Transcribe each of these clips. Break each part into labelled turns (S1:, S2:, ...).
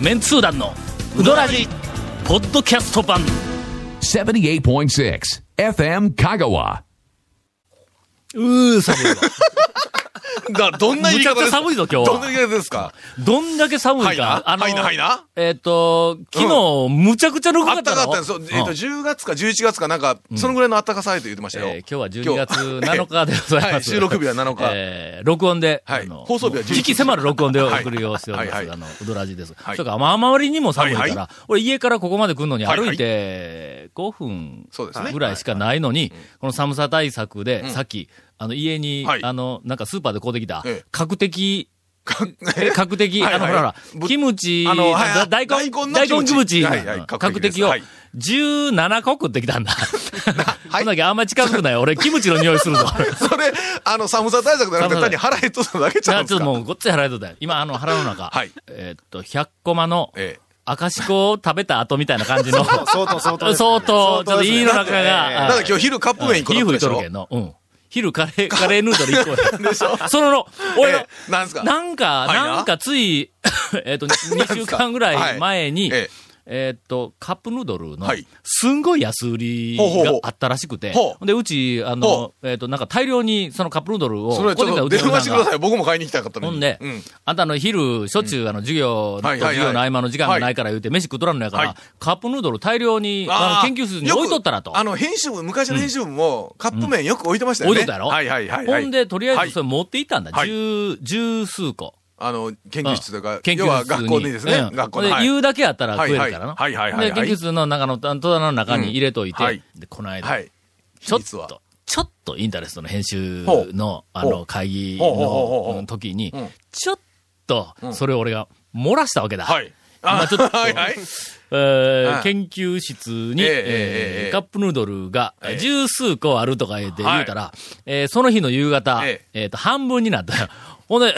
S1: メンツー団のウドラジポッドキャスト版
S2: 78.6 FM Kagawa.
S1: うー寒いわ
S3: だど んな言
S1: む
S3: い
S1: ちゃ
S3: 方
S1: くちゃ
S3: ですか
S1: 寒いぞ今日
S3: どんな
S1: は
S3: 言い方ですか
S1: どんだけ寒いか、
S3: はいなはいなはいな
S1: えっ、と昨日、むちゃくちゃぬく
S3: あ
S1: かっ
S3: ったた
S1: の
S3: かかったです。そうえっ
S1: うん
S3: と、10月か11月かなんか、そのぐらいのあったかさと言ってましたよ。
S1: えー今日は12月
S3: 今日
S1: 7日でございます。
S3: はい収録日は7日
S1: えー録音で、
S3: はい
S1: あの
S3: 放送日は11
S1: 時期迫る録音でお
S3: はい
S1: 送りをしております。
S3: はいはい
S1: あの、うどらじです。
S3: はい
S1: それから、まあ、周りにも寒いから、
S3: はいは
S1: 俺家からここまで来るのに
S3: はいはい
S1: 歩いて5分
S3: そうですね
S1: ぐらいしかないのに、この寒さ対策で、さっき、あの、家に、
S3: はい
S1: あの、なんかスーパーで買うてきた
S3: ええ、
S1: 角的、 え角的、
S3: はい
S1: あの、
S3: はい
S1: ほらほら
S3: ぶ、
S1: キムチ、
S3: あのはい
S1: だ大根、
S3: 大根の
S1: 大根キムチ、
S3: はいはい
S1: 角
S3: 角的です
S1: 的を
S3: はい
S1: 17個食ってきたんだ。そんだけあんまり近づくなよ。俺、キムチの匂い するぞ。
S3: それ、あの、寒さ対策じゃな
S1: 寒
S3: くて、
S1: さ
S3: 単に腹減っとっただけ
S1: じ
S3: ちゃ
S1: ゃ
S3: う
S1: あ、
S3: ん
S1: ち
S3: で
S1: ょっと
S3: すか
S1: もう、ごっつい腹減っとったよ。今、あの、腹の中。
S3: はい
S1: えーっと、100コマの、
S3: ええ
S1: 赤しこを食べた後みたいな感じの。相
S4: 相当、相当ですね。
S1: 当、ちょっと胃の中
S3: だから
S1: が。
S3: 今日昼カップ麺行く
S1: 火
S3: の
S1: 吹
S3: で
S1: い
S3: し
S1: とる
S3: ょ
S1: けんの。うん。昼カレー、カレーヌードル1個や。でしょそのの、俺の
S3: え、えなんすか
S1: なんか、
S3: はいな
S1: なんかつい、 えーっと、2週 間ぐらい前に
S3: はいええ、
S1: えーっと、カップヌードルの
S3: はい、
S1: すんごい安売り
S3: ほうほうほ
S1: が
S3: う
S1: あったらしくて
S3: ほ、う
S1: で、うち、あ
S3: ほ
S1: の、えーっと、なんか大量にそのカップヌードルを、
S3: それちょっと
S1: ここで
S3: 電
S1: 買うてき
S3: 話したて
S1: の
S3: く
S1: が
S3: ださい。僕も買いに行きたかったの
S1: ほん
S3: に。
S1: で、
S3: うん
S1: あんたあの昼、しょっちゅうあの授業と
S3: はいはいはい
S1: 授業の合間の時間がないから言うて、飯食っとらんのやから、
S3: はい
S1: カップヌードル大量にあ
S3: あー
S1: の研究室に置いとったら
S3: よ
S1: と
S3: く。あの、編集部、昔の編集部も、カップ麺よく置いてましたよ
S1: 置い
S3: ね。
S1: とったやろ、
S3: はいはいはいはい。
S1: ほんで、とりあえずそ
S3: はい
S1: れ持っていったんだ。
S3: はい
S1: 十、十数個。
S3: あの、研
S1: うん
S3: 究室とか、
S1: 研究室
S3: 要は学校にですね
S1: う。ん
S3: 学校
S1: ほんで、
S3: の。はい
S1: 言うだけやったら食えるからな。
S3: はいはいはいはいはいはい
S1: で、研究室の中の、戸棚の中に入れといて、
S3: うんはい
S1: で、この間、
S3: はい。
S1: ちょっ
S3: 秘密は
S1: と、ちょっとインタレストの編集
S3: ほう
S1: の、あ
S3: ほ
S1: の、
S3: う
S1: 会議
S3: ほうほうほうほう
S1: のうん時に
S3: うん、
S1: ちょっと
S3: う、ん
S1: それを俺が漏らしたわけだ。
S3: はい。
S1: まあちょっと
S3: はいはい。
S1: えー
S3: うん
S1: 研究室に、
S3: ええ
S1: えー
S3: ええ
S1: カップヌードルが
S3: ええ
S1: 十数個あるとか言って言うたら、えーその日の夕方、え
S3: え
S1: ーと半分になったよ。ほん で、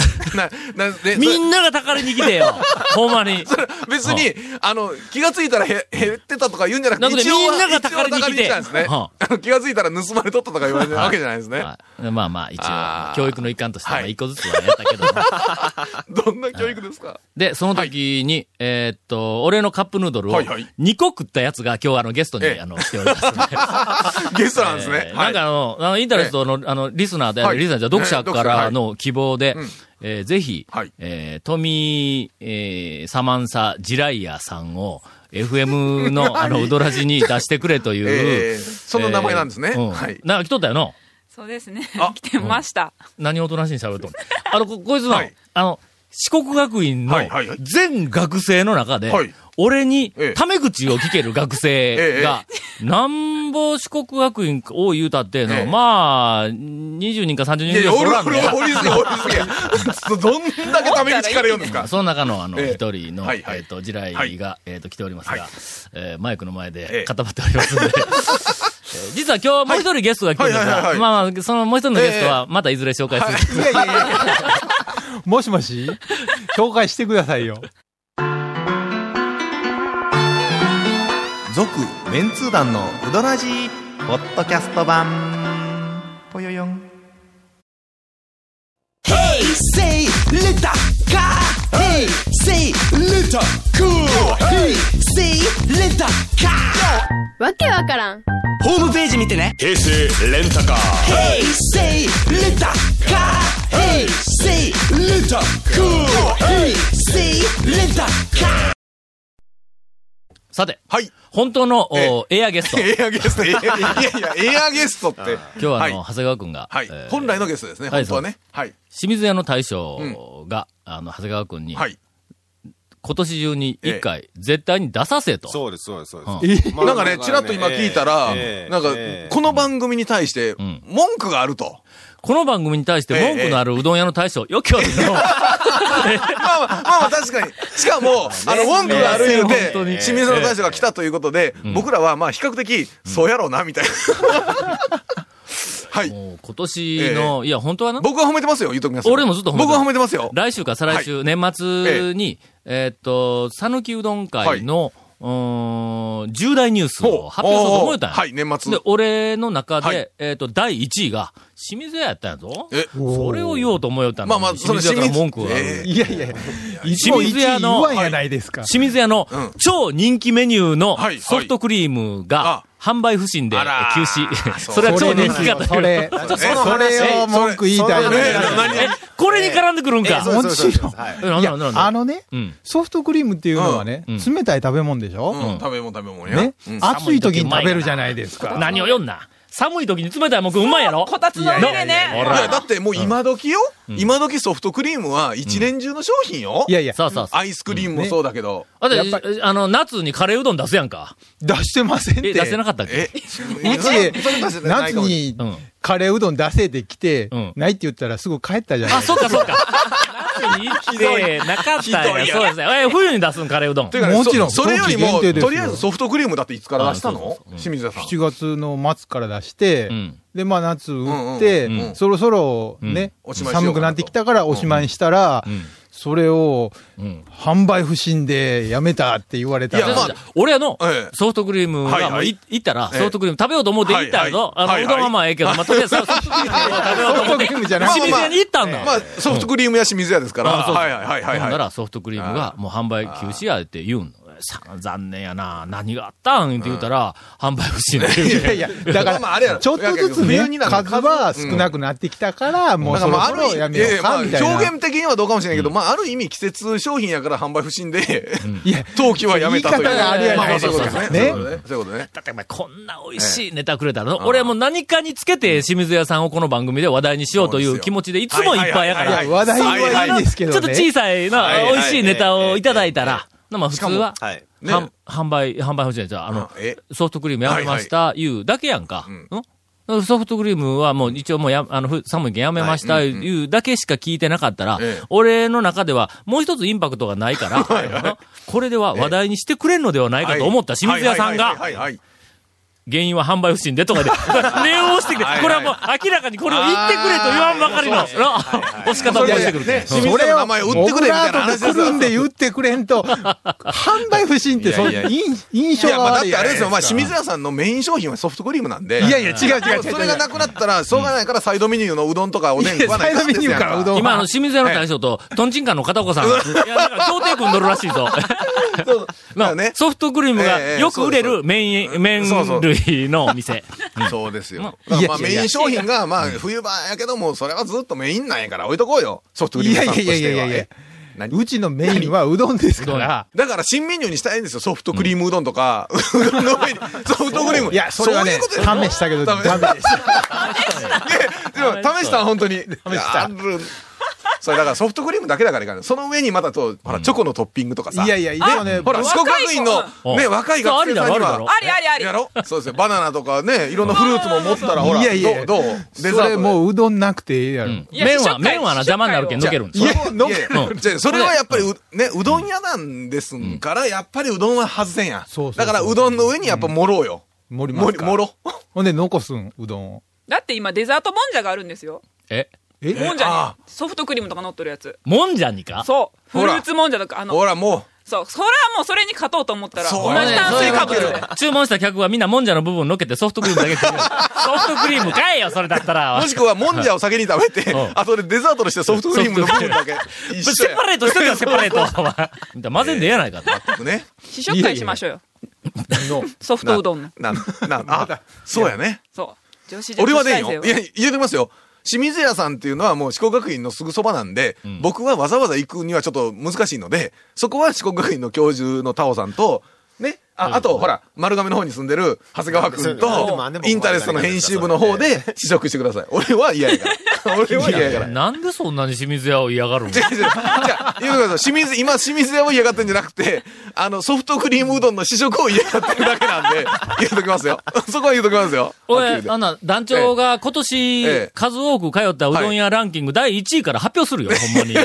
S3: な、な、で
S1: みんながたかりに来て よ。ほんまに。
S3: 別に、あの、気がついたらへ減ってたとか言うんじゃなく
S1: なの
S3: て、
S1: で
S3: 一応は
S1: みんなが宝に来て
S3: 一応は宝来たんですね。
S1: は
S3: あの気がついたら盗まれとったとか言われてるわけじゃないですね。
S1: はいまあまあ、一
S3: あ
S1: 応、
S3: ー
S1: 教育の一環として、
S3: はい
S1: まあ一個ずつはやったけ ど。
S3: どんな教育ですか
S1: で、その時に、えーっと、俺のカップヌードルを
S3: はいはい
S1: 2個食ったやつが今日あのゲストに、
S3: ええ
S1: あの、来ており ますので。
S3: ゲストなんですね
S1: え。ー
S3: は
S1: ないんかあの、あの、インタレストの、あの、リスナーで、
S3: はい
S1: リスナーじゃ読者か
S3: えー読者は
S1: ら
S3: い
S1: の希望で
S3: うん、
S1: えーぜひ
S3: はい、
S1: えートミー、えーサマンサ、ジライアさんを、FM の、あの、ウドラジに出してくれという。
S3: えーその名前なんですね
S1: えーうん
S3: はい
S1: なんか来とったよの
S5: そうですね
S3: あ。
S5: 来てました。
S1: 何おとなしいに喋るとんねん。あの、こ、こいつの、
S3: はい
S1: あの、四国学院の
S3: はいはいはい
S1: 全学生の中で
S3: はい、
S1: 俺に
S3: ええ
S1: タメ口を聞ける学生が、なんぼ四国学院多い言うたって
S3: え
S1: の、
S3: え
S1: まあ、20人か30人
S3: い
S1: ぐ
S3: やい
S1: らいし
S3: や、
S1: かお
S3: 俺
S1: らん
S3: 俺
S1: ね
S3: 俺俺俺俺どんだけタメ口から言うんですか
S1: その中の、あの、
S3: ええ
S1: 一、人の、
S3: はいはい
S1: えっ、と、地雷が、えっ、と、来ておりますが、
S3: はい
S1: えーマイクの前
S3: え
S1: で
S3: え
S1: 固まっており ますんで、えー実は今日もう一人ゲストが来てるんですが、
S3: はいはいはいはい
S1: まあまあ、そのもう一人のゲストは、またいずれ紹介する、
S4: いやいやいや。もしもし紹介してくださいよ。
S6: 続メンツー団のウドラジポッドキャスト版ぽよよん
S7: say letter ka hey say letter cool hey say letter ka
S8: わけわからん
S7: ホームページ見てね
S9: 平成レンタカー
S7: hey say letter ka hey say letter cool hey say letter ka
S1: さて、
S3: はい。
S1: 本当の、おエアゲスト。
S3: エアゲスト、いやいや、いやエアゲストって。
S1: 今日はあ
S3: い
S1: の、長谷川くんが、
S3: はい
S1: えー。
S3: 本来のゲストですね、
S1: はい
S3: 本当はね。はい。
S1: 清水屋の大将が、あの、長谷川くんに、
S3: はい。
S1: 今年中に一回、絶対に出させと。
S10: そうです、そうです、そうです。まあ
S3: なんかね、ちらっと今聞いたら、なんか、この番組に対して
S1: ん、
S3: 文句があると。
S1: この番組に対して文句のあるうどん屋の大将、よきよりの、
S3: まあまあ、まあまあ確かに。しかも、あの、文句がある言う
S1: 本
S3: て、
S1: 当に
S3: 清水の大将が来たということで、僕らはまあ比較的、そうやろうな、みたいな。は い。
S1: もう今年の、いや、本当はな、
S3: 僕は褒めてますよ、言うときますよ。
S1: 俺もずっと褒めてる
S3: 僕は褒めてますよ。
S1: 来週か再来週、年末に、えーっと、讃岐うどん会の、うーん、重大ニュースを発表しようと思えたんや。
S3: はい、年末
S1: で、。俺の中で、
S3: はい
S1: えっ、と、第1位が、清水屋やったんやぞ。
S3: え
S1: それを言おうと思いよったの
S3: まあ
S1: に
S3: まあ、
S1: 清水屋から文句がある。
S3: えー
S4: いやいや、いつ
S1: 清
S4: も
S1: 水
S4: 一
S1: 屋
S4: 位言
S1: の
S4: わんやないですか。
S1: 清水屋の
S3: うん
S1: 超人気メニューの
S3: はいはい
S1: ソフトクリームが
S3: あ
S1: 販売不振で
S3: あら
S1: 休止。
S3: そう
S1: それは超人気かと
S4: そ
S1: いう。
S4: れ、それを文句言いた
S3: え
S4: いな。
S3: ー何
S1: え、これに絡んでくるんか。
S4: もちろん。
S1: えなん
S4: い
S1: だな
S4: や
S1: んだなん、だ
S4: あのね
S1: うん、
S4: ソフトクリームっていうのはね、
S1: うん
S4: 冷たい食べ物でしょ
S3: うん食べ物食べ物や。
S4: ね
S3: うん、
S4: 暑い時に食べるじゃないですか。
S1: 何を読んだ寒い時に冷たいもん食ううまいやろ
S5: こたつの上で
S1: ほ
S5: ね。
S3: いや、
S1: ら。
S3: だってもう今時よ、今時ソフトクリームは一年中の商品よ、
S4: いやいや、
S1: そうそうそう。
S3: アイスクリームもそうだけど。
S1: あ
S4: やっぱ
S1: あの、夏にカレーうどん出すやんか。
S4: 出してませんっ
S1: え、
S4: て。
S1: 出せなかったっけ
S3: え
S4: うちで夏に
S1: うん
S4: カレーうどん出せって来て
S1: うん、
S4: ないって言ったらすぐ帰ったじゃない
S1: あ、
S4: です
S1: そ
S4: か。
S1: っかそっか。 夏に行ってなかったんや。
S3: ひどいや
S1: そうですね。え、冬に出すんカレーうどん。
S3: てかね
S4: もちろん
S3: そそれより
S4: 冬季
S3: も、
S4: 限定ですよ
S3: とりあえずソフトクリームだっていつから出した
S1: あそう
S3: の
S1: そ
S3: 清水田さん。
S4: 7月の末から出して、
S1: うん
S4: で、まあ夏打って、
S1: うんうんうん
S4: そろそろね、
S3: うんおしまいしようかなと
S4: 寒くなってきたからおしまいしたら、
S1: ん
S4: それを
S1: うん。
S4: 販売不振でやめたって言われたら、
S3: いやまあ
S1: 俺あの
S3: ええ、
S1: ソフトクリーム
S3: はい
S1: が、
S3: はい
S1: もうい行ったら、
S3: ええ
S1: ソフトクリーム食べようと思って行ったやぞ。
S3: は
S1: あ
S3: いはい
S1: の、うどんはまあええけど、まあ、とりあえ ずソフトクリームを食べようと
S4: ソフ
S1: 思っ
S4: ト
S1: て
S4: クリームじゃな
S3: まあ
S4: く
S1: 清
S4: て、
S1: 水屋に行ったんだ。
S3: まあ、ソフトクリームや清水屋ですから。
S1: あそう
S3: はいはいはいはい
S1: ほんな
S3: はい。
S1: らソフトクリームがもう販売休止やって言うんの。さ残念やな。何があったんって言ったら、販売不振って言う
S4: いやいや、だか
S3: まあまああれや
S4: ら、
S3: ろ
S4: ちょっとずつ
S3: 冬
S4: ね
S3: に、なる
S4: 数は少なくなってきたから、もう
S3: だか
S4: そ
S3: らま
S4: ろ
S3: あ、あ
S4: そ
S3: る意味、
S4: ろやめよ
S3: いやいうやまあ
S4: か、みたいな。
S3: 表現的にはどうかもしれないけど、まあ、ある意味季節商品やから販売不振で、
S4: いや、
S3: 冬季はやめたという。
S4: 言い方があるやない
S3: ままそういうことですね。
S4: ね
S3: そういうことねそういうことね。
S1: だってお前こんな美味しいネタくれたらの、俺はもう何かにつけて清水屋さんをこの番組で話題にしようという気持ちでいつもいっぱいやか
S3: は
S1: ら、
S3: い
S1: ち
S4: 話題はいいですけ
S1: ょ
S4: ど
S1: っ
S4: ね。
S1: と小さいな
S6: はい、はい
S1: 美味しいネタをいただいたら、まあ普通は、
S6: はい。
S3: ね
S1: 販販売、販売欲しいんですよ。あの
S3: あ、え
S1: ソフトクリームやめました、いうだけやんか。
S3: うん
S1: んソフトクリームはもう一応もうや、あの、ふ寒いけんやめました、
S3: はいいうんうん
S1: うだけしか聞いてなかったら、
S3: ええ
S1: 俺の中ではもう一つインパクトがない から、のこれでは話題にしてくれんのではないかと思った清水屋さん
S3: はいはい
S1: が、
S3: はいはいはい
S1: 原因は販売不振でとか で、念を押してきて、
S6: はいはい
S1: これはもう明らかにこれを言ってくれと言わんばかりの、の押し方をしてくる。
S3: ね
S4: そ
S3: 清水
S4: れ
S3: 屋の名
S4: を、
S3: 前を売ってくれみたいな話ですよ
S4: オブラートでくるんで言ってくれんと、販売不振って、その
S6: いやいや
S4: 印印
S3: い
S4: 象
S3: や、
S4: が
S3: まあ、だっ
S4: 悪い
S3: て
S4: や
S3: あ
S4: ん
S3: れですよ、まあ、清水屋さんのメイン商品はソフトクリームなんで。
S4: いやいや、違う違う違う違う。
S3: それがなくなったら、しょうがないからサイドメニューのうどんとかおでん
S4: いや
S3: 食わな
S4: サ
S3: い
S4: イドメニューからうどんは。
S1: 今、あの、清水屋の大将と、トンチンカンの片岡さん、いや、なんか協定組んどるらしいぞ。
S3: まあね。
S1: ソフトクリームが
S3: ええええ
S1: よく売れる麺、麺
S3: そうそう
S1: 類のお店。
S3: そうですよ。
S1: う
S3: まあ
S4: いや
S3: まあ、
S4: いや
S3: メ
S4: いや
S3: イン商品が、まあ、冬場やけども、それはずっとメインなんやから置いとこうよ。 ソフトクリームさんとしては。
S4: いやいやいやいやいや
S3: え何
S4: うちのメインはうどんですから。
S3: だから新メニューにしたいんですよ。ソフトクリームうどんとか、うどんの上にソフトクリーム。
S4: いや、それは
S3: そ
S4: ね、
S3: ういうこと
S4: 試したけど、
S3: ダ
S4: ダ
S3: メ
S4: メです。
S3: でも試した本当に。試
S4: した
S3: それだからソフトクリームだけだからいかない。その上にまたと、ほら、チョコのトッピングとかさ。
S4: いやいや、でもね、
S3: ほら、四国学院の
S1: 子、
S3: ね、
S1: うん
S3: 若い学生さんに
S1: そうありだろありだ
S3: は
S1: ろ。
S5: ありありあり
S3: や。ろそうですよ。バナナとかね、いろんなフルーツも持ったら、ほら、
S4: いやいや
S3: どうどうデザ
S4: そ
S3: ート
S4: れ
S3: で
S4: もううどんなくていいやろ。
S5: いや
S1: 麺は、
S5: 試食会
S1: 麺はな、邪魔になるけん、
S5: 試
S1: 抜
S5: 食
S1: け
S5: 会
S1: るんですよ。、
S3: いやいやいや
S1: うん
S3: じゃあそれはやっぱりう、ね、うどん屋なんですから、やっぱりうどんは外せんや。
S4: そうそうそ
S3: だ
S4: う
S3: からうどんの上にやっぱ盛ろうよ。
S4: 盛りま
S3: 盛
S4: す
S3: り
S4: か
S3: 盛ろう。
S4: ほんで、残すん、うどんを。
S5: だって今デザートもんじゃがあるんですよ。
S1: え、
S4: え
S5: もんじゃ
S3: あ
S5: にソフトクリームとか乗っとるやつ。
S1: もんじゃにか
S5: そう。
S3: ほ
S5: フ
S3: ら
S5: ルーツもんじゃとか、あの
S3: ほ、らも
S5: そう。それはもうそれに勝とうと思ったら、
S3: そう
S5: 同じ炭水化
S3: そういう
S5: 物
S3: こ
S5: で。
S1: 注文した客はみんなもんじゃの部分をのけてソフトクリームだけ食うよソフトクリーム買えよ、それだった
S3: う、
S1: ら
S3: も。しくはもんじゃを先に食べて
S1: うん、
S3: あとでデザートとしてソフトクリームの部分だけ一緒
S1: セパレートしてるよ、セパレート。お前混ぜんでええやないかと。
S3: や。ね。
S5: 試食会しましょうよ。ソフトうどんの。
S3: な、な、あ、そうやね。
S5: そう。女子女
S3: 俺は
S5: 子
S3: でいい
S5: 大
S3: よ。い
S5: 生
S3: や、言うてますよ。清水屋さんっていうのはもう四国学院のすぐそばなんで、僕はわざわざ行くにはちょっと難しいので、そこは四国学院の教授のタオさんと、ね、ああと、ほら、丸亀の方に住んでる長谷川君
S6: そうでも
S3: と
S6: 何で、も
S3: インタレストの編集部の方で試食してください。俺は嫌やから。俺は嫌やから。
S1: なんでそんなに清水屋を嫌がるん
S3: 違う違う。じゃあ、言うてください。清水、今、清水屋を嫌がってんじゃなくて、あの、ソフトクリームうどんの試食を嫌がってるだけなんで、言うときますよ。そこは言うときますよ。はっ
S1: 俺
S3: きり、言
S1: あ
S3: うて
S1: んな、団長が今
S3: え
S1: 年
S3: え
S1: 数多く通ったうどん屋ランキング第1位から発表する よ、ほんまに。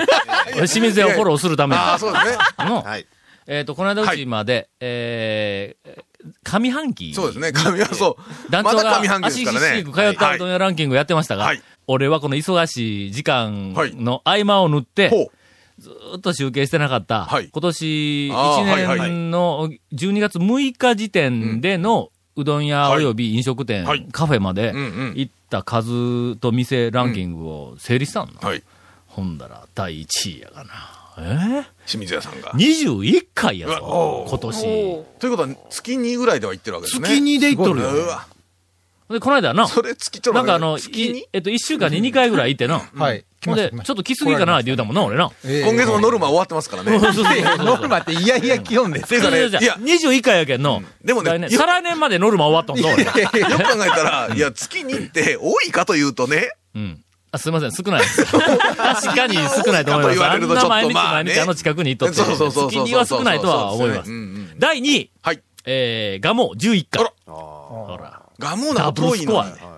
S1: 俺清水屋をフォローするために。
S3: ああ、そうですね。
S1: の
S6: はい。
S1: えっ、と、この間うちまで、えー、上半期。
S3: そうですね。神はそう。
S1: 団長
S3: まだ
S1: が
S3: 上半期です
S1: 足し
S3: から
S1: し
S3: ね
S1: く。通ったうどん屋ランキングやってましたが、
S3: はい
S1: 俺はこの忙しい時間の合間を縫って、
S3: ほう。
S1: ずーっと集計してなかった、
S3: はい
S1: 今年
S3: あーはい
S1: 1
S3: はい
S1: 年の12月6日時点でのうどん屋および飲食店、
S3: はい
S1: カフェまで
S3: うんうん
S1: 行った数と店ランキングを整理したんだ。
S3: はい。
S1: ほんだら第1位やがな。
S3: 清水屋さんが
S1: え。ー、?21 回や
S3: うわお
S1: ぞ
S3: う、
S1: 今
S5: お
S1: 年
S5: ー。
S3: ということは、月2ぐらいでは行ってるわけですね。
S1: 月にで行っとる
S3: すごいなう
S1: よ。
S3: わ。
S1: で、この間な、
S3: それ月ちょっと
S1: なんかあの、
S3: 待って月に
S1: いえっと、1週間に2回ぐらい行ってな。
S4: はい。来
S1: ほん
S4: まし
S1: で、
S4: た
S1: ちょっときすぎかなって言うたもんな、 俺な。
S3: 今月も ノルマ
S4: を。
S3: 終わってます からね。
S4: ノルマっていやいや気温です。
S3: ていうかね、い
S1: いや
S3: や、、
S1: 21回やけんの。
S3: でもね
S1: 来年
S3: よ
S1: 再来年までノルマ終わっとん ぞ、俺。
S3: よく考えたら、いや、月2って多いかというとね、
S1: うん。あ、すいません、少ない です。確かに少ないと思います。
S3: 多いかと言わ
S1: あ
S3: れる
S1: ん
S3: とちょ
S1: な
S3: っと
S1: 毎日
S3: まあ
S1: 毎
S3: ね
S1: 日あの近くにいっとって、
S3: そうそうそうそう
S1: 月には少ないとは思います
S3: そうですねうんうん。
S1: 第2位、
S3: はい。
S1: えー、ガモ11
S3: あ
S1: 回
S3: ら。
S1: ほら。
S3: ガモな
S1: ダ
S3: ん
S1: ブ
S3: か遠
S1: ル
S3: い
S1: ス
S3: の
S1: コア
S3: に
S1: ね。。
S4: ああ、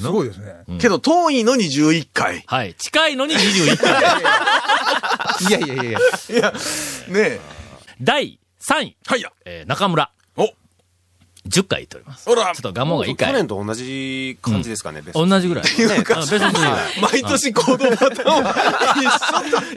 S4: すごいですね。
S3: けど遠いのに11回。
S1: はい。近いのに21回。
S4: いやいやいやいや。
S3: いや、ねえ。
S1: 第3位、
S3: はいや。
S1: えー、中村。
S3: お、
S1: 10回言っております。ちょ
S3: ほら
S1: っ、とガモが1
S9: 去
S1: 回。
S9: 年と同じ感じですかね、ベスト
S1: 同じぐら い。うん
S3: いう
S1: 別
S3: か
S1: に。
S3: 毎年行動パターンは 一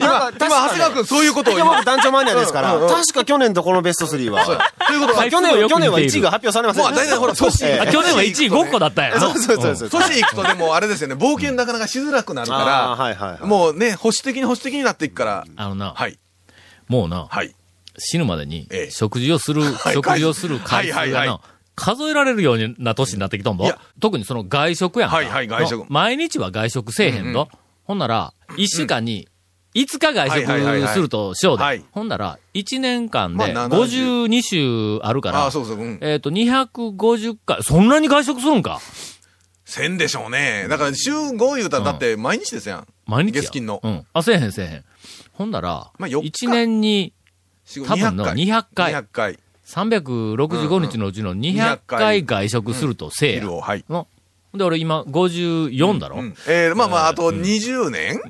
S3: 緒だ。今、今、長谷川君そういうことを
S9: いや
S3: 今
S9: 僕、団長マニアですから、確か去年とこのベスト3は。
S3: ということは
S1: は、い
S9: 去年
S1: いつもよ
S9: は、
S1: く
S9: 去年は
S1: 似ている
S9: 1位が発表されません
S3: まあ大体 ほら都市
S9: え
S1: あ
S9: え
S1: 去年は1位5個だったんやろ。
S9: そうそうそうそう。
S3: 年行くとでもあれですよね、冒険なかなかしづらくなる
S9: あーはいはい
S3: か
S9: はい
S3: ら、もうね、保守的に保守的になっていくから、
S1: あのな、
S3: はい、
S1: もうな、
S3: はい。
S1: 死ぬまでに
S3: ええ
S1: 食事をする、
S3: はい
S1: 食事をする回数がな、
S3: はいはいはい
S1: 数えられるような年になってきとんぼ
S3: いや。
S1: 特にその外食やんか。
S3: はいはい外食
S1: の毎日は外食せえへんぞ。ほんなら、1週間に、5日外
S3: はいはいはいは
S1: 食
S3: い
S1: するとしようで。
S3: はい
S1: ほんなら、1年間で
S3: まあ70
S1: 52週あるから、
S3: ああ、そうそう、うん。
S1: えっ、と、250回、そんなに外食するんか
S3: せんでしょうね。だから、週5言うたら、だって毎日ですやん。
S1: 毎日や。
S3: 月金の
S1: うん。あ、せえへんせえへん。ほんなら、
S3: まあ4日
S1: 1年に
S3: 仕事
S1: 多分の200回
S3: 200回。
S1: 365日のうちの200
S3: 200
S1: 回
S3: 回
S1: 外食するとせえや。
S3: 昼を、はい。
S1: ので、俺今54だろ、う
S3: うんんえーまあまあ、あと20年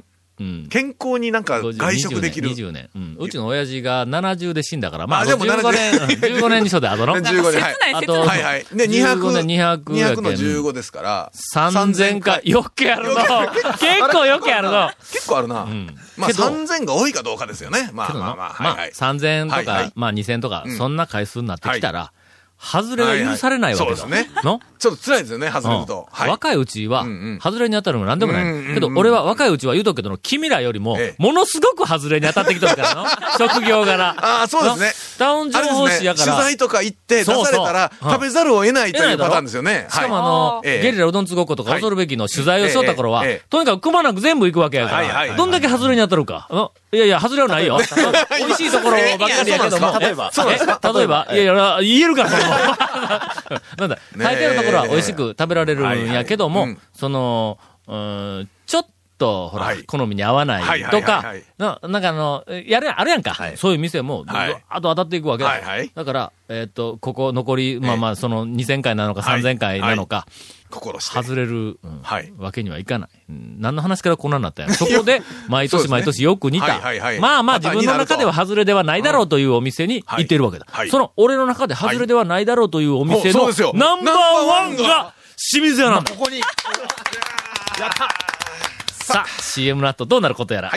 S3: 健康康になんか
S1: 50
S3: 外食できる。
S1: 20年。うん。うちの親父が70で死んだから、まあ、
S3: あじゃあもう
S1: 15年、うん15年にしとで、あとの。
S3: 15
S5: なん
S3: 年
S5: か
S3: はい
S5: 切ない
S1: あ
S5: 切
S1: と、
S5: ない。
S3: はいはい。ね、
S1: 15年200
S3: 200。
S1: やけん
S3: 200の15ですから。
S1: 3000回。。よくやるの結構よくやるの
S3: 結構あるな。
S1: ん
S3: まあ
S1: けど
S3: 3000が多いかどうかですよね。まあ
S1: けど
S3: ま
S1: な
S3: あまあ。
S1: ま
S3: は
S1: あ
S3: いはい。
S1: 3000とか、
S3: はいはい
S1: まあ2000とか、
S3: うん
S1: そんな回数になってきたら、外れが許されないわけだ。
S3: はいはいそうですね
S1: の
S3: ちょっと辛いですよね、外れると。
S1: うん
S3: はい。
S1: 若いうちは
S3: うんうん、
S1: 外れに当たるのも何でもない。
S3: うんうんうん
S1: けど、俺は若いうちは言うとくけど、君らよりも
S3: ええ、
S1: ものすごく外れに当たってきとるから の。職業柄。
S3: ああ、そうですね。
S1: ね。タウン情
S3: あれ
S1: 報
S3: です
S1: 誌
S3: ね、
S1: や
S3: 取
S1: から。
S3: 材とか行って出されたら
S1: そう、そううん
S3: 食べざるを得ないと
S1: 得ないいうだろ
S3: パターンですよね。
S1: しかもあ
S3: は
S1: の、
S3: ええ
S1: ゲリラうどんつごっことか
S3: はい
S1: 恐るべきの取材をしとった頃は
S3: ええええ、
S1: とにかくくまなく全部行くわけやか
S3: はいはい
S1: ら、
S3: はい
S1: どんだけ外れに当たるか。あいやいや、外れはないよ。 あ美味しいところばっかりやけども。
S9: 例えば
S1: え例えば、いやいや、言えるから、それも なんだ、
S3: ねえ
S1: 大抵のところは美味しく食べられるんやけど
S3: は
S1: も
S3: いはいうん、
S1: その、うーんちょっと、ほら
S3: はい、
S1: 好みに合わな
S3: はい
S1: い
S3: はい
S1: と
S3: は
S1: か
S3: いはい、
S1: ななんかあの、やる、あるやんか。そういう店も、
S3: はい
S1: あと当たっていくわけだ。
S3: はいはい
S1: だから、えっと、ここ残り、まあ
S3: ええ
S1: まあ、その2000回なのか
S3: はい
S1: 3000回なのか、
S3: 心して。
S1: 外れる、うん
S3: はい
S1: わけにはいかない。うん何の話からこんなんなったんや。そこで、毎年毎年よく似た
S3: はいはいはい。
S1: まあまあ
S3: また
S1: 自分の中では外れではないだろうというお店に行っているわけだ
S3: は。い
S1: その、俺の中で外れではないだろうというお店
S3: はい
S1: の
S3: おそうですよ、
S1: ナンバーワン
S3: ナンバーワン
S1: が、清水屋なんだ。
S4: ここに。
S1: さあ、CM の後どうなることやら。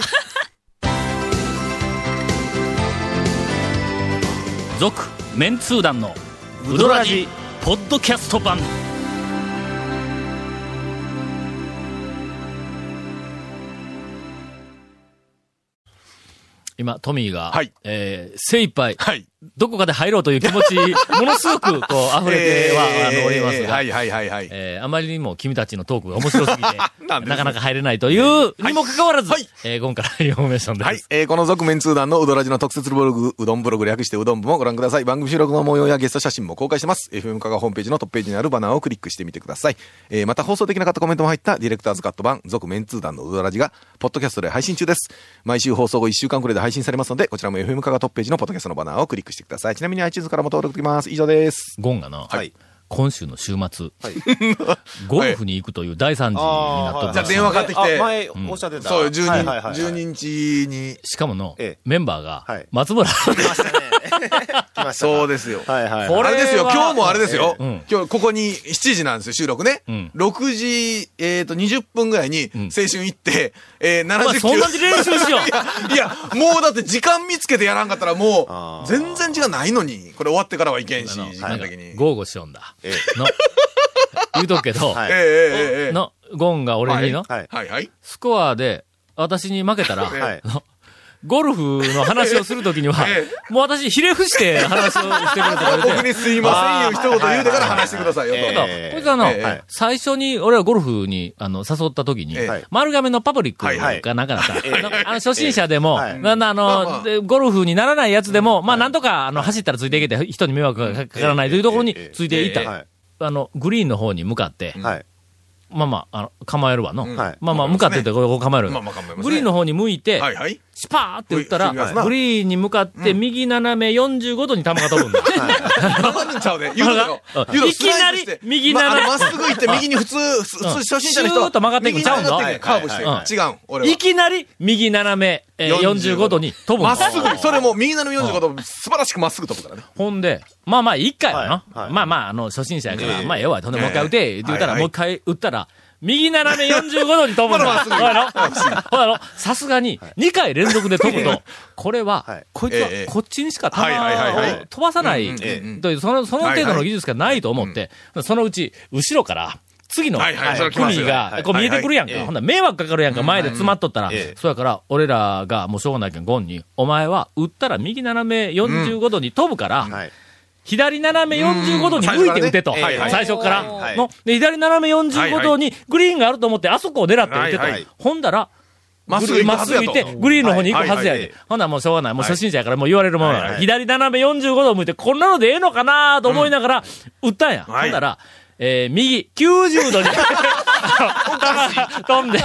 S1: 続、メンツー団の、ウドラジ、ポッドキャスト版。今、トミーが、
S3: はい
S1: えー精一杯、
S3: はい。
S1: どこかで入ろうという気持 ち、ものすごく、こう、溢れては、あのおります
S3: えー
S1: が、
S3: はいはいはいはい。
S1: えーあまりにも君たちのトークが面白すぎて、 な
S3: な
S1: ん
S3: で
S1: かなか入れないという、にもかかわらず、
S3: はい
S1: えー今回、インフォメーションです。
S3: はい。えーこの続面通談のうどらじの特設ブログ、うどんブログ略してうどん部もご覧ください。番組収録の模様やゲスト写真も公開してます。FM カがホームページのトップページにあるバナーをクリックしてみてください。えーまた放送できなかったコメントも入ったディレクターズカット版、続面通談のうどらじが、ポッドキャストで配信中です。毎週放送後1週間くらいで配信されますので、こちらも FM カがトップページのポッドキャストのバナーをクリックしてください。ちなみに iTunes からも登録できます。以上です。
S1: ゴンがな、
S9: はい
S1: 今週の週末、 ゴルフに行くという大惨事になっと
S9: は
S1: る
S9: い
S3: じゃあ電話かかってきて
S9: あ前、おっしゃってた。
S3: そう、12、
S9: はいはいはいはい
S3: 12日に、
S1: しかもの、
S9: ええ
S1: メンバーが
S9: はい、
S1: 松村、
S9: 出ましたね来ましたか
S3: そうですよ。
S9: はいはい。
S1: これ
S3: あ
S1: は
S3: れですよ、今日もあれですよ。
S1: うん
S3: 今日、ここに7時なんですよ、収録ね。
S1: ん
S3: 6時、えっ、と、20分ぐらいに、
S1: ん
S3: 青春行って、えー、
S1: お前
S3: 70
S1: そんなに練習しよう。
S3: いや、もうだって時間見つけてやらんかったらも
S9: あ
S3: う、
S9: ー
S3: 全然時間ないのに、これ終わってからはいけんし、
S1: あの
S3: 時間的
S1: なんか
S3: に。
S1: 豪語しよんだ。
S9: え
S1: の、言うとくけど、
S9: はい
S3: ええええええ
S1: の、ゴンが俺にの、
S9: はい。
S3: はいはい。
S1: スコアで私に負けた ら、
S9: はい。
S1: のゴルフの話をするときには
S3: え、
S1: もう私、ひれ伏して話をしてくれとか言って
S3: 僕。にすいませんよ、一言言うてから話してくださいよと。
S9: はいはいはいええ
S1: こいつあの、
S3: ええ
S1: 最初に、俺はゴルフに、あの、誘った時に、
S3: え
S9: え
S1: 丸亀のパブリック
S3: はいはい
S1: かなんかだった、
S9: ええ
S1: あのあの、初心者でも、
S9: ええ
S1: なんだあの、
S3: まあまあ
S1: でゴルフにならないやつでも、まあ、なんとか、あの、走ったらついていけて、人に迷惑がかからないというところに
S9: ええええ
S1: ついていった。
S3: ええ
S9: はい。
S1: あの、グリーンの方に向かって、
S9: はい。
S1: まあまあ、あの、構えるわの。
S3: うん
S9: はい
S1: まあまあ、向かってって、こう構える、
S3: まあまあ構えますね
S1: グリーンの方に向いて、
S3: はいはい。
S1: スパーって打った
S3: 振り振ります
S1: ら、
S3: な
S1: グリーンに向かって右斜め45度に球が飛ぶんだ。
S3: なんちゃうね。言うとよ
S1: うん。
S3: 言うと
S1: いきなり
S3: スライスして
S1: 右斜め
S3: まああのまっすぐ行って、右に普通、普通
S1: うん
S3: 初心者の人。
S1: シューッと曲がっていくんちゃうんだ
S3: 右に曲がっていくカーブ
S1: はいはい
S3: して。違うん、俺 は。
S1: いきなり右斜め、えー45度に飛ぶん
S3: ま
S1: だ
S3: っすぐ、それも右斜め45度、素晴らしくまっすぐ飛ぶからね。
S1: ほんで、まあまあ、一回はな、
S9: はいはい
S1: まあまあ、あの、初心者やから、
S9: ええ
S1: まあ、ええわ、ほんで、もう一回打て、って言ったら、
S3: はいはい
S1: もう一回打ったら、右斜め45度に飛ぶんだ。
S3: まだまっすぐ
S1: ほらの、ほらの、さすがに、2回連続で飛ぶと、これは
S9: はい、
S1: こいつは
S3: ええ
S1: こっちにしか球
S3: はいはいはいは
S1: を
S3: い
S1: 飛ばさない
S3: うんうんうんうん
S1: という、その、その程度の技術がないと思って、そのうち、後ろから、次の
S3: はいはいそれ来ますよ
S1: 組が
S9: はい
S1: こう見えてくるやん
S9: はい
S1: か。
S9: はい
S1: ほんなら迷惑かかるやんか、前で詰まっとったら
S9: ええ。
S1: そうやから、俺らがもうしょうがないけん、ゴンに、お前は打ったら右斜め45度に飛ぶから、
S9: はい。
S1: 左斜め45度に向いて打てと。
S3: うん
S1: 最
S3: 最初から
S1: 初か
S3: ね
S1: ら。
S5: はい
S9: はい
S1: ので、左斜め45度にグリーンがあると思って、あそこを狙って打てと。
S3: はい
S9: はい
S1: ほんだら、
S3: まっすぐ行くはずやと
S1: まっすぐ行って、グリーンの方に行くはずや
S9: はいはい
S1: で
S9: はい。
S1: ほんならもうしょうがない。もう初心者やからもう言われるものだか
S9: はい
S1: ら。
S9: はい
S1: 左斜め45度を向いて、こんなのでええのかなと思いながら、打ったんや。
S3: はい
S1: ほんだら、えー、右90度に。 飛んで。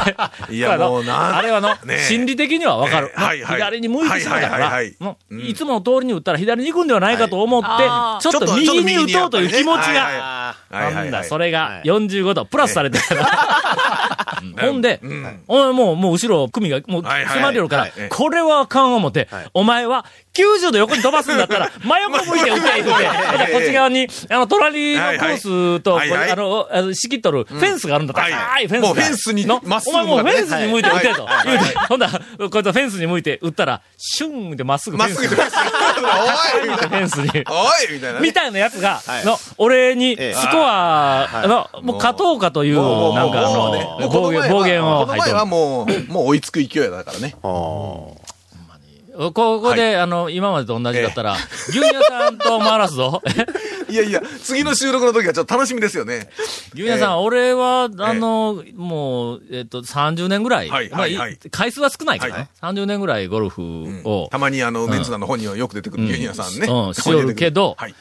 S3: いやもうな
S1: あれはの、
S3: ねえ
S1: 心理的にはわかる。
S3: はいはい
S1: 左に向いてしまったか
S3: はいはいは
S1: ら
S3: い、
S1: もういつもの通りに打ったら左に行くんではないかと思って、
S5: はい
S1: ちょっと右に打とうという気持ちが、
S3: は
S9: あ
S3: いはいはい
S1: なんだ、それ
S9: は
S1: が
S9: い
S1: 45度プラスされてる。 うんほんで、
S3: ん
S1: お前もう、もう後ろ、組がもう
S3: はいはい
S1: 迫りよるから、
S3: はいはい
S1: これはあかん思って、
S9: はい
S1: お前は90度横に飛ばすんだったら、真横向いて打て、言うて、
S3: はい
S1: ほんでこっち側に、あの、隣のコ
S3: はいはい
S1: ースと、こ
S3: はい
S1: れ
S3: はい
S1: あの、あの仕切っとるフェンスがあるんだったら、
S3: は
S1: 高
S3: い
S1: いフェンスが
S3: もうフェンスに
S1: の
S3: まっすぐ
S1: お前もうフェンスに向いて打てと
S3: は、い
S1: 言うて、ほんだら、こいつはフェンスに向いて打ったら、シュンってまっすぐフ
S3: ま
S1: ェ
S3: っ
S1: ン
S3: す
S1: スに、
S3: ぐ行
S1: フ
S3: く おいみたいな。
S1: ェンスに。
S3: おいみたいなね。
S1: みたいなやつが、
S9: い
S1: の、俺に、
S9: ええ
S1: スコアの、もう勝とうかという、
S3: もう
S1: なんかあ
S3: もうね
S1: の、
S3: もうこ
S1: 暴
S3: の前
S1: 言、
S3: は
S1: 暴言を
S3: この
S1: 吐いて
S3: 前
S1: る
S3: はもう、もう追いつく勢いだからね。
S9: あ。お
S1: ここで、あの、今までと同じだったら、牛乳屋さんと回らす ぞ。
S3: いやいや、次の収録の時はちょっと楽しみですよね。
S1: 牛乳屋さん、俺は、あの、もう、えっと、30年ぐらい。
S3: はい
S1: まあ
S3: はいはい
S1: 回数は少ないからね。30年ぐらいゴルフを
S3: た、まにあの、メンツ団の本にはよく出てくる牛乳屋さんね。
S1: うんうんしよるけど
S3: はい。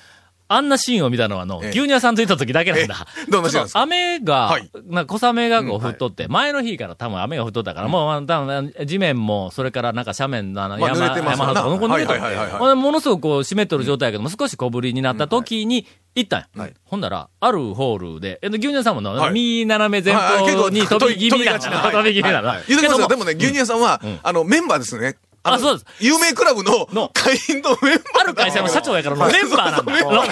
S1: あんなシーンを見たのは、あの、
S3: ええ
S1: 牛乳屋さん着いた時だけなんだ
S3: え。えどんなシーンな
S1: ちょ
S3: んですか
S1: っと雨が
S3: はい、
S1: な小雨がこう降っとって、前の日から多分雨が降っとったから、もうあの、多分地面も、それからなんか斜面のあの
S3: まあ
S1: 山、
S3: 濡れてます
S1: 山
S3: わ
S1: の
S3: な
S1: とこ、こんな濡れとっ
S3: はいはいはいはい
S1: てほんでものすごくこう湿っとる状態やけども、少し小ぶりになった時に、行ったんや。ほんなら、あるホールで、えっと、牛乳屋さんもな、
S3: はい
S1: 右斜め前
S3: はいはい結
S1: 方
S3: 構
S1: に飛び気味なの。
S3: 飛び飛びがちなはい
S1: 飛び気味なの。
S3: 言うてくださ
S1: け
S3: い。
S1: ど
S3: で
S1: も
S3: もね、牛乳屋さんは、あの、メンバーですね。の
S1: あそうです。
S3: 有名クラブの
S1: の
S3: 会員のメンバー。
S1: ある会社の社長やからのメンバーなんだよ。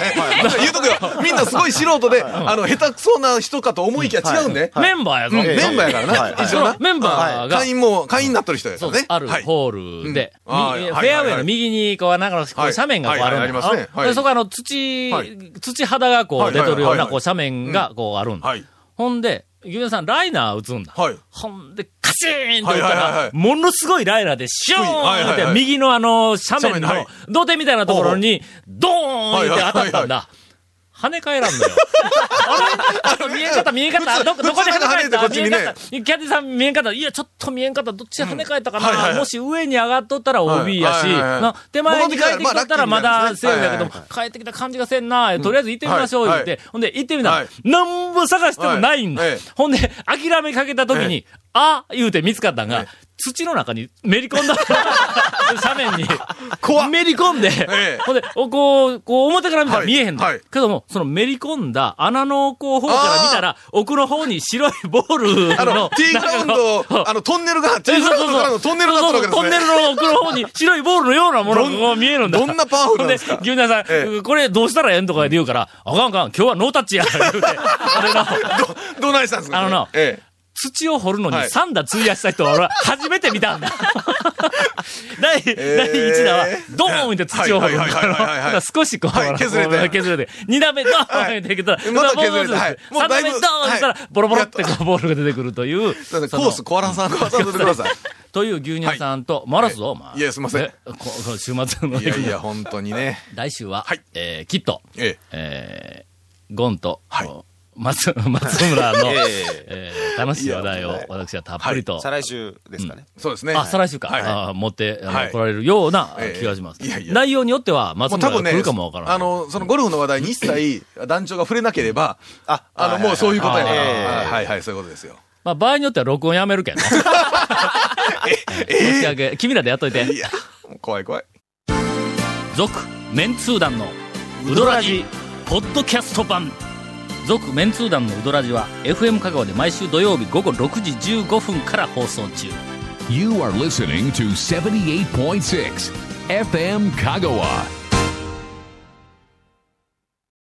S3: 言うとくよ。みんなすごい素人で、あの、下手くそな人かと思いきや違うんで。
S1: メンバーやぞ。
S3: うんメンバーやから
S9: はいは
S3: な。
S9: い
S3: 一応な。
S1: メンバーが
S3: はい会員も、会員になってる人やか
S1: そう
S3: ら
S1: ですね。。
S3: ね
S1: ある
S3: はい
S1: ホールで、
S3: うんあー
S1: み
S3: はい
S1: フ
S3: はい
S1: ェアウ
S3: はい
S1: ェイの右に、こう、なんかの、こう
S3: はい
S1: 斜面がこうあるんだ
S3: はいはいありますねはい
S1: でそこはあの、土
S3: はい、
S1: 土肌がこう、出とるよう
S3: はいはいはい
S1: な、
S3: はい
S1: こう、斜面がこう、あるんだ。
S3: はい。
S1: ほんで、牛田さん、ライナー打つんだ。
S3: はい。
S1: ほんで、カシーンと打った
S3: はいはいはいは
S1: ら
S3: い、
S1: ものすごいライナーで、シュー
S3: はい
S1: ン
S3: は
S1: っ
S3: い
S1: て
S3: は、い
S1: 右のあの、斜面
S3: 斜面
S1: の
S3: は、
S1: 土手みたいなところに、ドーンって当たった
S3: はいは
S1: ん
S3: いは
S1: だ。跳ね返らんの よ。あれあの見え方、見え
S3: 普
S1: 方、
S3: 通
S1: ど、どこで跳ね返った
S3: 普通なんか跳ねてこっち
S1: 見え
S3: にね
S1: 方、キャディさん見え方、いや、ちょっと見え方、どっちが跳ね返ったか
S3: うんはいはい
S1: な。
S3: はい
S1: もし上に上がっとったら OB やし、
S3: はいはいはいはい
S1: な手前に帰ってきとったらまだセーフやけども
S3: 戻ってきたらまあラッキーなんですねはいは
S1: 帰っ
S3: い、
S1: てきた感じがせんな。とりあえず行ってみましょう、
S3: は
S1: 言
S3: いは
S1: っ
S3: い
S1: て。ほんで、行ってみた
S3: は
S1: ら
S3: い、
S1: なんぼ探してもないんだ
S3: はいええ。
S1: ほんで、諦めかけた時に、あ言うて見つかったんが、土の中にめり込 んだ。斜面に。めり込んで、
S3: ええ
S1: ほんで、おこう、こう、表から見たら見えへんの。
S3: はいはい
S1: けども、そのめり込んだ穴の、こう、方から見たら、奥の方に白いボール
S3: あ
S1: の
S3: の、、T グラウンド、あの、トンネルが、T
S1: え
S3: グ
S1: そう
S3: ラ
S1: そう
S3: ウン
S1: そ
S3: ド
S1: う
S3: からのトンネルだったわけですね。
S1: そうそうトンネルの奥の方に白いボールのようなものがこう見えるんだ。
S3: どんなパワフルなんですか
S1: ほ牛田さん、
S3: え
S1: これどうしたらええんとか言うから、あかんあかん、今日はノータッチや、言うて。 俺の、
S3: ど、どないしたんですか
S1: あのな
S3: え
S1: 土を掘るのに
S3: はい
S1: 3打費やした人は俺は初めて見たんだ。 第、
S3: えー
S1: 第1打は、ドーンって土を掘るの
S3: はいはいはいはいはい
S1: だから少しこう、
S3: はい削れて
S1: こう削れて。2打目、ドーンっていけたら、
S3: いまた削れて
S1: ボーン
S3: はいもう
S1: 三
S3: だ
S1: 打
S3: いぶ
S1: 目、ドーンってしたら
S3: はい、
S1: ボロボロってこう、ボールが出てくるという。
S3: え。だって
S1: そ
S3: コ
S1: の
S3: ース壊らさん、壊さんといてください。
S1: という牛乳さんと、回すぞ、お前。
S3: いやすいません
S1: ねここの週末の
S3: いやいや、本当にね。
S1: 来週は、
S3: はい
S1: えーきっと、
S3: ええ。
S1: えーゴンと、
S3: はい
S1: 松松村 の、え
S9: え
S1: ー楽しい話題
S3: いや
S1: を
S3: はい
S1: 私はたっぷりと、
S9: 再来週ですかね。
S3: そうですね。
S1: あ、再来週か、
S3: はい
S1: あー持ってあの、
S3: はい
S1: 来られるような
S3: ええ
S1: 気がします、
S3: いやいや
S1: 内容によっては松
S3: もう多
S1: 村が
S3: 分ね、
S1: 来るかもわからない。
S3: あの、そのゴルフの話題に一切団長が触れなければ、
S9: あ
S3: あの、もうそういうことやから。
S9: はいはいはい
S3: はいはいはい、そういうことですよ。
S1: まあ、場合によっては録音やめるけどね。 申し訳、君らでやっとい て
S3: い。や、もう怖い怖い。
S1: 続メンツー団のウドラジポッドキャスト版続メンツー団のウドラジは FM 香川で毎週土曜日午後6時15分から放送中
S2: You are listening to 78.6 FM Kagawa.